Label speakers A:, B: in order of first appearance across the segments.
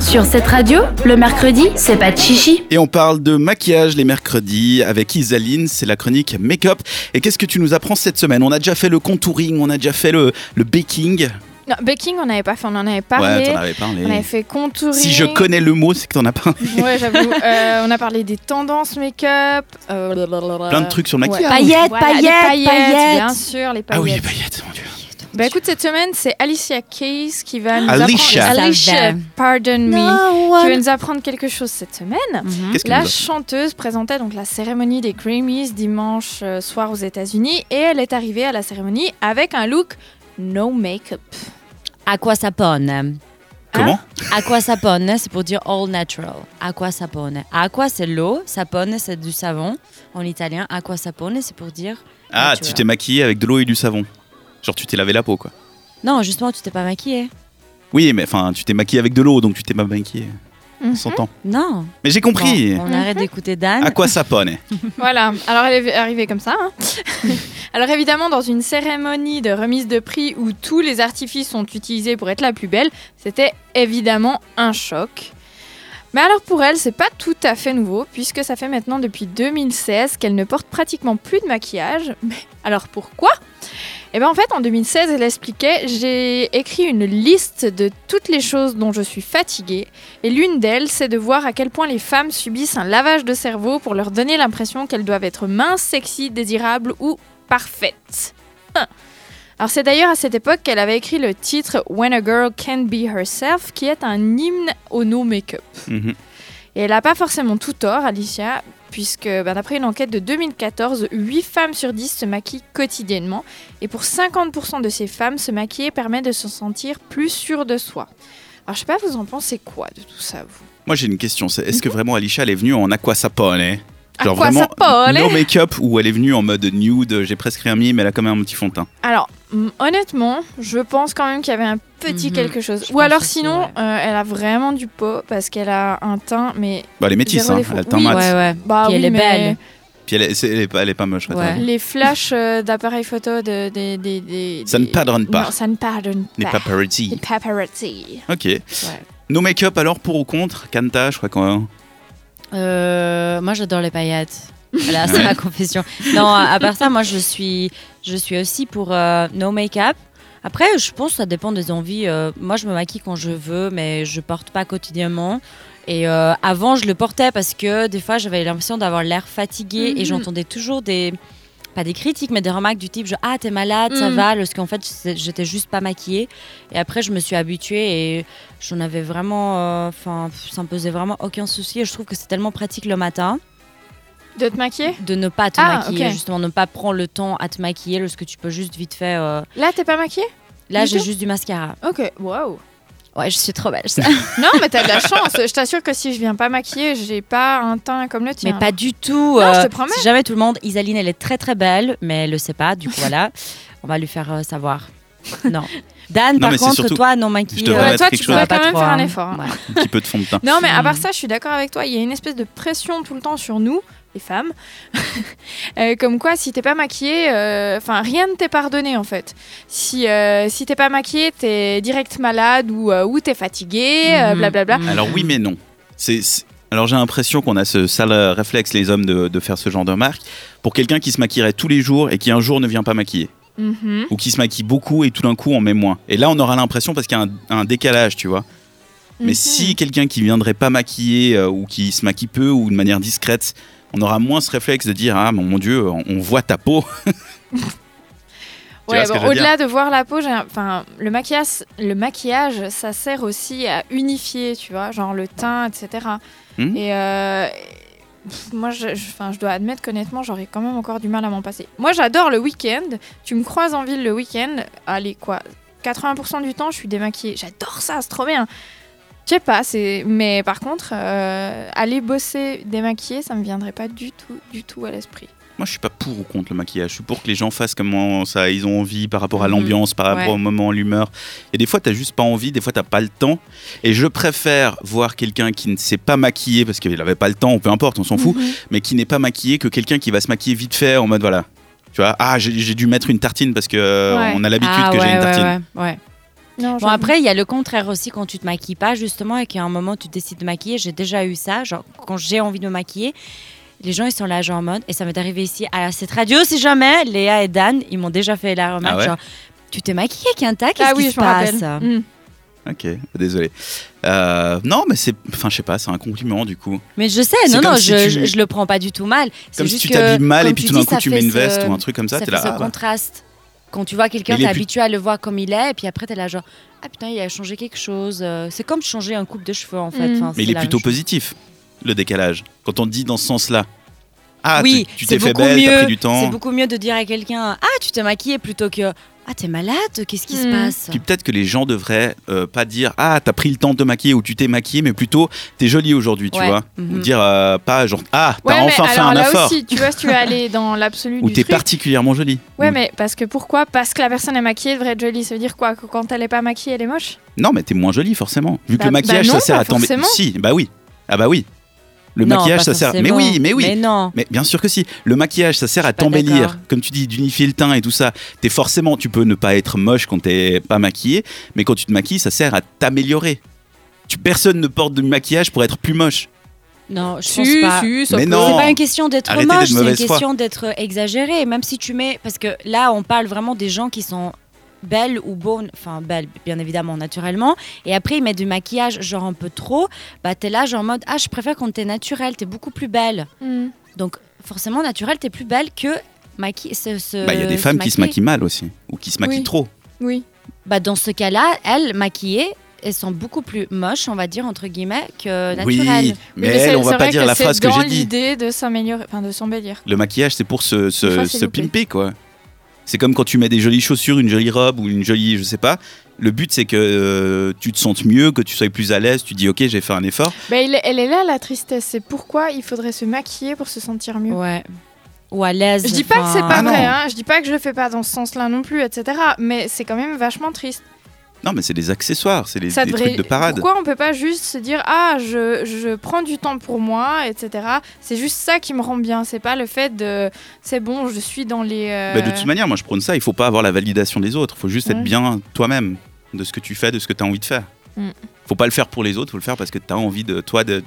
A: Sur cette radio, le mercredi, c'est pas de chichi.
B: Et on parle de maquillage les mercredis avec Isaline, c'est la chronique Make-up. Et qu'est-ce que tu nous apprends cette semaine On a déjà fait le contouring, on a déjà fait le, le baking.
C: Non, baking, on n'avait pas fait, on en avait parlé.
B: Ouais, t'en avais parlé.
C: on avait fait contouring.
B: Si je connais le mot, c'est que t'en as parlé.
C: Ouais, j'avoue. Euh, on a parlé des tendances make-up. euh, blablabla.
B: Plein de trucs sur le maquillage.
D: Paillettes,
C: Voilà, les
D: paillettes, paillettes,
C: Bien sûr, les paillettes.
B: Ah oui, les paillettes, mon dieu.
D: Hein,
C: Bah écoute, cette semaine, c'est Alicia Keys qui va nous
B: Alicia.
C: apprendre... Alicia,
D: Ça va.
C: pardon me.
D: No
C: Qui va
D: one-
C: nous apprendre quelque chose cette semaine.
D: Mhm.
B: Qu'est-ce que
C: La
B: nous a-
C: chanteuse présentait donc la cérémonie des Grammys dimanche euh, soir aux États-Unis et elle est arrivée à la cérémonie avec un look no make-up.
D: Aquasapone.
B: Comment
D: hein. Aquasapone, c'est pour dire all natural. Aquasapone. Aqua, c'est l'eau. Sapone, c'est du savon. En italien, aquasapone, c'est pour dire.
B: Ah,
D: tu
B: tu
D: vois.
B: t'es maquillée avec de l'eau et du savon. Genre, tu t'es lavé la peau, quoi.
D: Non, justement, tu t'es pas maquillée.
B: Oui, mais enfin, tu t'es maquillée avec de l'eau, donc tu t'es pas maquillée. On s'entend.
D: Non.
B: Mais j'ai compris.
D: Mhm. Bon, on arrête d'écouter Dan.
B: À quoi ça pone
C: Voilà, alors elle est arrivée comme ça. hein. alors évidemment, dans une cérémonie de remise de prix où tous les artifices sont utilisés pour être la plus belle, c'était évidemment un choc. Mais alors pour elle, c'est pas tout à fait nouveau, puisque ça fait maintenant depuis 2016 qu'elle ne porte pratiquement plus de maquillage. Mais alors pourquoi Eh bien en fait, en 2016, elle expliquait J'ai écrit une liste de toutes les choses dont je suis fatiguée, et l'une d'elles, c'est de voir à quel point les femmes subissent un lavage de cerveau pour leur donner l'impression qu'elles doivent être minces, sexy, désirables ou parfaites. Hein. Alors c'est d'ailleurs à cette époque qu'elle avait écrit le titre When a Girl Can Be Herself, qui est un hymne au no make-up.
B: Mhm.
C: Et elle n'a pas forcément tout tort, Alicia, puisque ben, d'après une enquête de 2014, 8 femmes sur 10 se maquillent quotidiennement. Et pour 50% de ces femmes, se maquiller permet de se sentir plus sûre de soi. Alors je sais pas, vous en pensez quoi de tout ça, vous
B: Moi, j'ai une question. c'est Est-ce que vraiment Alicia, elle est venue en aqua sapone Genre
C: quoi
B: vraiment,
C: ça parle hein
B: no make-up ou elle est venue en mode nude, euh, j'ai presque rien mis, mais elle a quand même un petit fond de teint.
C: Alors, hum, honnêtement, je pense quand même qu'il y avait un petit
D: Mhm,
C: quelque chose.
D: je
C: Ou alors
D: pense aussi,
C: sinon,
D: ouais.
C: euh, elle a vraiment du pot parce qu'elle a un teint, mais...
B: Bah, elle est métisse,
C: Zéro
B: hein,
C: défaut.
B: elle a le teint
C: Oui,
B: mat.
D: Ouais, ouais.
C: Bah
D: Puis elle
C: oui,
D: est
C: mais
D: belle.
B: Puis elle est, c'est- elle est pas, elle est pas moche,
D: Ouais.
B: attends.
C: Les flashs euh, d'appareils photo de, des- des- des-
B: Ça
C: des-
B: ne pardonne pas.
C: Non, ça ne pardonne
B: Les
C: pas.
B: paparazzi.
C: Les paparazzi.
B: Ok. No make-up alors pour ou contre Kanta, je crois qu'on.
D: Euh, moi, j'adore les paillettes. Voilà, c'est
B: Ouais.
D: ma confession. Non, à à part ça, moi, je suis, je suis aussi pour euh, no make-up. Après, je pense que ça dépend des envies. Euh, moi, je me maquille quand je veux, mais je porte pas quotidiennement. Et euh, avant, je le portais parce que des fois, j'avais l'impression d'avoir l'air fatiguée
C: Mhm.
D: et j'entendais toujours des pas des critiques, mais des remarques du type je, ah t'es malade, ça
C: Mhm.
D: va, parce qu'en fait c'est- j'étais juste pas maquillée. Et après, je me suis habituée et j'en avais vraiment, euh, enfin, pff, ça me posait vraiment aucun souci. Et je trouve que c'est tellement pratique le matin
C: De te maquiller
D: de ne pas te
C: Ah,
D: maquiller,
C: ok.
D: justement, ne pas prendre le temps à te maquiller, parce que tu peux juste vite fait. euh,
C: Là, t'es pas maquillée
D: Là,
C: Du
D: j'ai
C: tout
D: juste du mascara.
C: Ok, waouh.
D: Ouais, je suis trop belle. ça.
C: Non, mais t'as de la chance. Je t'assure que si je viens pas maquiller, j'ai pas un teint comme le tien.
D: mais pas du tout.
C: Non, je te
D: euh,
C: promets.
D: Si jamais tout le monde, Isaline, elle est très très belle, mais elle le sait pas. Du coup, voilà, on va lui faire euh, savoir. Non. Dan,
B: Non, mais
D: par
B: c'est
D: contre,
B: surtout-
D: toi, non maquillée.
B: devrais
D: euh,
B: mettre
C: toi,
B: quelque
C: tu
B: chose.
C: pourrais
D: ça va
C: quand
D: pas
C: même
D: trop,
C: faire un
D: hein.
C: effort. hein.
D: Ouais.
B: Un petit peu de fond de teint.
C: Non, mais à part
D: Hmm.
C: ça, je suis d'accord avec toi. Il y a une espèce de pression tout le temps sur nous, les femmes. Euh, comme quoi, si t'es pas maquillée, euh, enfin, rien ne t'est pardonné en fait. Si, euh, si t'es pas maquillée, t'es direct malade ou, euh, ou t'es fatiguée, euh,
D: Mhm.
C: blablabla.
D: Mhm.
B: Alors oui, mais non. C'est. c'est- Alors j'ai l'impression qu'on a ce sale euh, réflexe, les hommes, de, de faire ce genre de remarque. Pour quelqu'un qui se maquillerait tous les jours et qui un jour ne vient pas maquiller.
C: Mhm.
B: Ou qui se maquille beaucoup et tout d'un coup on met moins. Et là on aura l'impression parce qu'il y a un, un décalage, tu vois. Mais
C: Mhm.
B: si quelqu'un qui viendrait pas maquiller euh, ou qui se maquille peu ou de manière discrète, on aura moins ce réflexe de dire Ah mon mon dieu, on, on voit ta peau. vois
C: Ouais,
B: ce que
C: bon,
B: je veux dire
C: au-delà de voir la peau, j'ai un- enfin, le maquillage, le maquillage, ça sert aussi à unifier, tu vois, genre le teint, etc.
B: Mhm.
C: Et euh, pff, moi, je, je- enfin, je dois admettre qu'honnêtement, j'aurais quand même encore du mal à m'en passer. Moi, j'adore le week-end. Tu me croises en ville le week-end, allez quoi, 80% du temps, je suis démaquillée. J'adore ça, c'est trop bien. Je sais pas, c'est. Mais par contre, euh, aller bosser démaquillée, ça me viendrait pas du tout, du tout à l'esprit.
B: Moi, je suis pas pour ou contre le maquillage. Je suis pour que les gens fassent comment ça ils ont envie par rapport à
D: Mhm.
B: l'ambiance, par rapport
C: Ouais.
B: au moment, l'humeur. Et des fois, t'as juste pas envie, des fois, t'as pas le temps. Et je préfère voir quelqu'un qui ne s'est pas maquillé parce qu'il avait pas le temps, ou peu importe, on s'en
C: Mhm.
B: fout, mais qui n'est pas maquillé que quelqu'un qui va se maquiller vite fait en mode voilà. Tu vois, ah, j'ai j'ai dû mettre une tartine parce que euh,
C: Ouais.
B: on a l'habitude
D: Ah,
B: que j'ai
D: ouais,
B: une tartine.
D: ouais, ouais, ouais.
C: Non,
D: Bon,
C: j'avoue.
D: après, il y a le contraire aussi quand tu te maquilles pas, justement, et qu'à un moment, tu décides de maquiller. J'ai déjà eu ça, genre, quand j'ai envie de me maquiller, les gens, ils sont là, genre, en mode, et ça m'est arrivé ici à cette radio, si jamais, Léa et Dan, ils m'ont déjà fait la remarque,
B: Ah ouais
D: genre, tu t'es maquillée, Quinta, qu'est-ce
C: ah
D: qui
C: oui,
D: se
C: je me rappelle.
D: passe
C: Mm.
B: Ok, désolé. Euh, non, mais c'est. Enfin, je sais pas, c'est un compliment du coup.
D: Mais je sais,
B: C'est
D: non,
B: comme
D: non,
B: si
D: je,
B: tu-
D: je, je le prends pas du tout mal. C'est
B: Comme si
D: juste
B: tu
D: que,
B: t'habilles mal et
D: comme
B: puis
D: tu
B: tout d'un
D: dis,
B: coup
D: ça
B: tu
D: fait
B: mets une
D: ce-
B: veste ou un truc comme ça,
D: ça
B: t'es
D: fait
B: là.
D: ce
B: ah, bah.
D: contraste. Quand tu vois quelqu'un,
B: Mais il
D: t'es
B: est plus-
D: habitué à le voir comme il est, et puis après, t'es là, genre, ah putain, il a changé quelque chose. euh, C'est comme changer un coupe de cheveux, en fait.
C: Mm.
D: Enfin,
B: Mais
D: c'est
B: il est
D: la même
B: plutôt
D: chose.
B: positif, le décalage. Quand on te dit dans ce sens-là. Ah,
D: oui,
B: tu- tu
D: c'est
B: t'es fait
D: beaucoup
B: belle, t'as
D: mieux-
B: pris du temps.
D: C'est beaucoup mieux de dire à quelqu'un Ah, tu t'es maquillée plutôt que Ah, t'es malade, qu'est-ce qui se
C: Mm.
D: passe
B: Puis peut-être que les gens devraient euh, pas dire Ah, t'as pris le temps de te maquiller ou tu t'es maquillée, mais plutôt T'es jolie aujourd'hui, tu
D: Ouais.
B: vois. Ou
D: Mhm.
B: dire euh, pas genre Ah,
C: Ouais,
B: t'as
C: mais
B: enfin fait
C: alors
B: un
C: là
B: effort.
C: aussi, tu vois, si tu veux aller dans l'absolu
B: Ou
C: du
B: t'es
C: truc.
B: particulièrement jolie.
C: Ouais,
B: Ou-
C: mais parce que pourquoi Parce que la personne est maquillée, elle devrait être jolie. Ça veut dire quoi Que quand elle est pas maquillée, elle est moche
B: Non, mais t'es moins jolie, forcément. Vu que
C: Bah-
B: le maquillage,
C: bah non,
B: ça sert
C: pas
B: à tomber.
C: forcément.
B: Si, bah oui. Ah, bah oui. Le
D: Non,
B: maquillage,
D: pas
B: ça sert. Mais
D: forcément.
B: oui, mais oui.
D: Mais non.
B: Mais bien sûr que si. Le maquillage, ça sert à
D: suis pas
B: t'embellir.
D: d'accord.
B: Comme tu dis, d'unifier le teint et tout ça. T'es forcément, tu peux ne pas être moche quand t'es pas maquillé, mais quand tu te maquilles, ça sert à t'améliorer. Tu, personne ne porte de maquillage pour être plus moche.
D: Non, je
C: Si,
D: pense pas.
C: si, ça
B: Mais
C: peut.
B: non.
D: C'est pas une question d'être
B: Arrêtez d'être
D: moche, c'est une
B: mauvaise foi.
D: question d'être exagéré. Même si tu mets. Parce que là, on parle vraiment des gens qui sont belles ou bonnes, enfin belles, bien évidemment, naturellement. Et après, ils mettent du maquillage, genre un peu trop. Bah, t'es là, genre en mode Ah, je préfère quand t'es naturelle, t'es beaucoup plus belle.
C: Mm.
D: Donc, forcément, naturelle, t'es plus belle que. maquillée. Il
B: Bah, Il y a des femmes qui se maquillent mal aussi, ou qui se maquillent
C: Euh, Oui.
B: trop.
C: Oui.
D: Bah, dans ce cas-là, elles, maquillées, elles sont beaucoup plus moches, on va dire, entre guillemets, que naturelles.
B: Oui, mais,
C: c'est-
B: elle, on
C: c'est
B: va
C: vrai
B: pas dire la phrase que
C: C'est
B: j'ai
C: dans
B: dit.
C: l'idée de s'améliorer, enfin de s'embellir.
B: Le maquillage, c'est pour se, se-
C: Une fois, c'est
B: se
C: loupé.
B: pimper, quoi. C'est comme quand tu mets des jolies chaussures, une jolie robe ou une jolie, je sais pas. Le but, c'est que euh, tu te sentes mieux, que tu sois plus à l'aise. Tu dis, ok, j'ai fait un effort.
C: Bah, il est- elle est là la tristesse. C'est pourquoi il faudrait se maquiller pour se sentir mieux.
D: Ouais. Ou à l'aise.
C: Je dis pas que c'est pas
B: Ah non.
C: vrai, hein. je dis pas que je le fais pas dans ce sens-là non plus, etc. Mais c'est quand même vachement triste.
B: Non, mais c'est des accessoires, c'est des,
C: Ça
B: des
C: devrait-
B: trucs de parade.
C: Pourquoi on peut pas juste se dire ah je, je prends du temps pour moi, etc. C'est juste ça qui me rend bien. C'est pas le fait de c'est bon, je suis dans les. euh,
B: Bah, de toute manière, moi je prône ça, il faut pas avoir la validation des autres, il faut juste être
C: Ouais.
B: bien toi-même de ce que tu fais, de ce que tu as envie de faire.
C: Mm.
B: Faut pas le faire pour les autres, faut le faire parce que tu as envie de toi de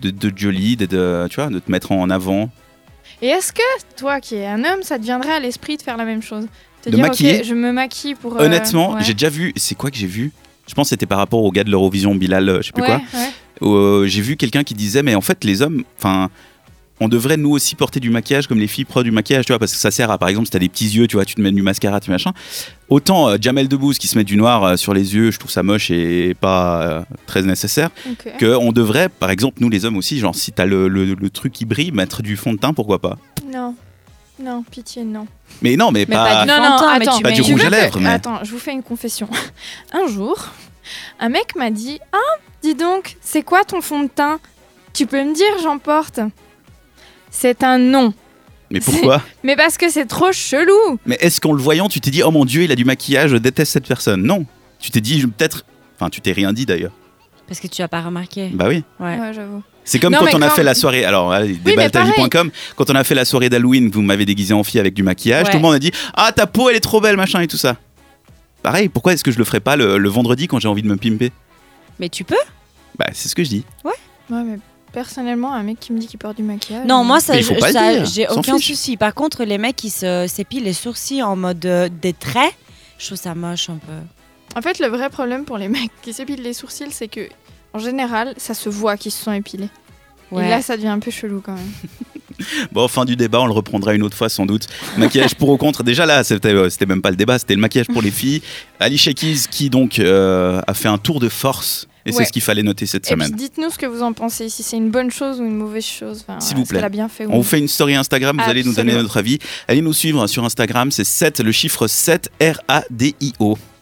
B: de, de, de jolie, de, de- tu vois, de te mettre en avant.
C: Et est-ce que toi qui es un homme, ça te viendrait à l'esprit de faire la même chose Te
B: De
C: dire
B: maquiller
C: ok, je me maquille pour. euh,
B: Honnêtement,
C: ouais.
B: j'ai déjà vu, c'est quoi que j'ai vu Je pense que c'était par rapport au gars de l'Eurovision Bilal, euh, je sais plus
C: Ouais,
B: quoi.
C: ouais.
B: où, euh, j'ai vu quelqu'un qui disait mais en fait les hommes, enfin on devrait nous aussi porter du maquillage comme les filles portent du maquillage, tu vois, parce que ça sert à, par exemple, si t'as des petits yeux, tu vois, tu te mets du mascara, tu machin. Autant euh, Jamel Debbouze qui se met du noir euh, sur les yeux, je trouve ça moche et pas euh, très nécessaire,
C: Ok.
B: que on devrait, par exemple, nous les hommes aussi, genre si t'as le, le- le truc qui brille, mettre du fond de teint, pourquoi pas.
C: Non. Non, pitié, non.
B: Mais non, mais,
D: Mais
B: pas...
D: pas du- J'entends, mais tu
B: Ah. Pas du
C: tu
B: rouge
C: veux
B: à
C: que-
B: lèvres, mais-
C: Attends, je vous fais une confession. Un jour, un mec m'a dit « Ah, dis donc, c'est quoi ton fond de teint Tu peux me dire, j'en porte ?» C'est un non.
B: Mais pourquoi
C: Mais parce que c'est trop chelou
B: Mais est-ce qu'en le voyant, tu t'es dit, oh mon dieu, il a du maquillage, je déteste cette personne Non. Tu t'es dit, je- peut-être... Enfin, tu t'es rien dit d'ailleurs.
D: Parce que tu as pas remarqué.
B: Bah oui.
D: Ouais.
C: Ouais, j'avoue.
B: C'est comme
C: Non,
B: quand
C: mais
B: on a
C: quand-
B: fait la soirée, alors allez, débattage.com, quand on a fait la soirée d'Halloween, vous m'avez déguisé en fille avec du maquillage,
D: Ouais.
B: tout le monde a dit Ah, ta peau elle est trop belle, machin et tout ça. Pareil, pourquoi est-ce que je le ferais pas le, le vendredi quand j'ai envie de me pimper
D: Mais tu peux
B: Bah, c'est ce que je dis.
C: Ouais, mais personnellement, un mec qui me dit qu'il porte du maquillage... euh,
D: Non, moi,
B: Mais
D: ça,
B: il faut
D: je-
B: pas le
D: ça,
B: dire,
D: j'ai
B: s'en
D: aucun
B: fiche.
D: souci. Par contre, les mecs qui se s'épilent les sourcils en mode euh, des traits, je trouve ça moche un peu.
C: En fait, le vrai problème pour les mecs qui s'épilent les sourcils, c'est que, en général, ça se voit qu'ils se sont épilés. Et là, ça devient un peu chelou quand même.
B: Bon, fin du débat, on le reprendra une autre fois sans doute. Maquillage pour ou contre, déjà là, c'était euh, c'était même pas le débat, c'était le maquillage pour les filles. Ali Shakiz qui donc euh, a fait un tour de force, et c'est
C: Ouais.
B: ce qu'il fallait noter cette
C: Et puis,
B: semaine.
C: dites-nous ce que vous en pensez, si c'est une bonne chose ou une mauvaise chose. Enfin,
B: S'il vous
C: est-ce
B: plaît.
C: qu'elle a bien fait ou
B: On
C: non.
B: vous fait une story Instagram, vous allez nous
C: Absolument.
B: donner notre avis. Allez nous suivre sur Instagram, c'est 7, le chiffre 7, R-A-D-I-O.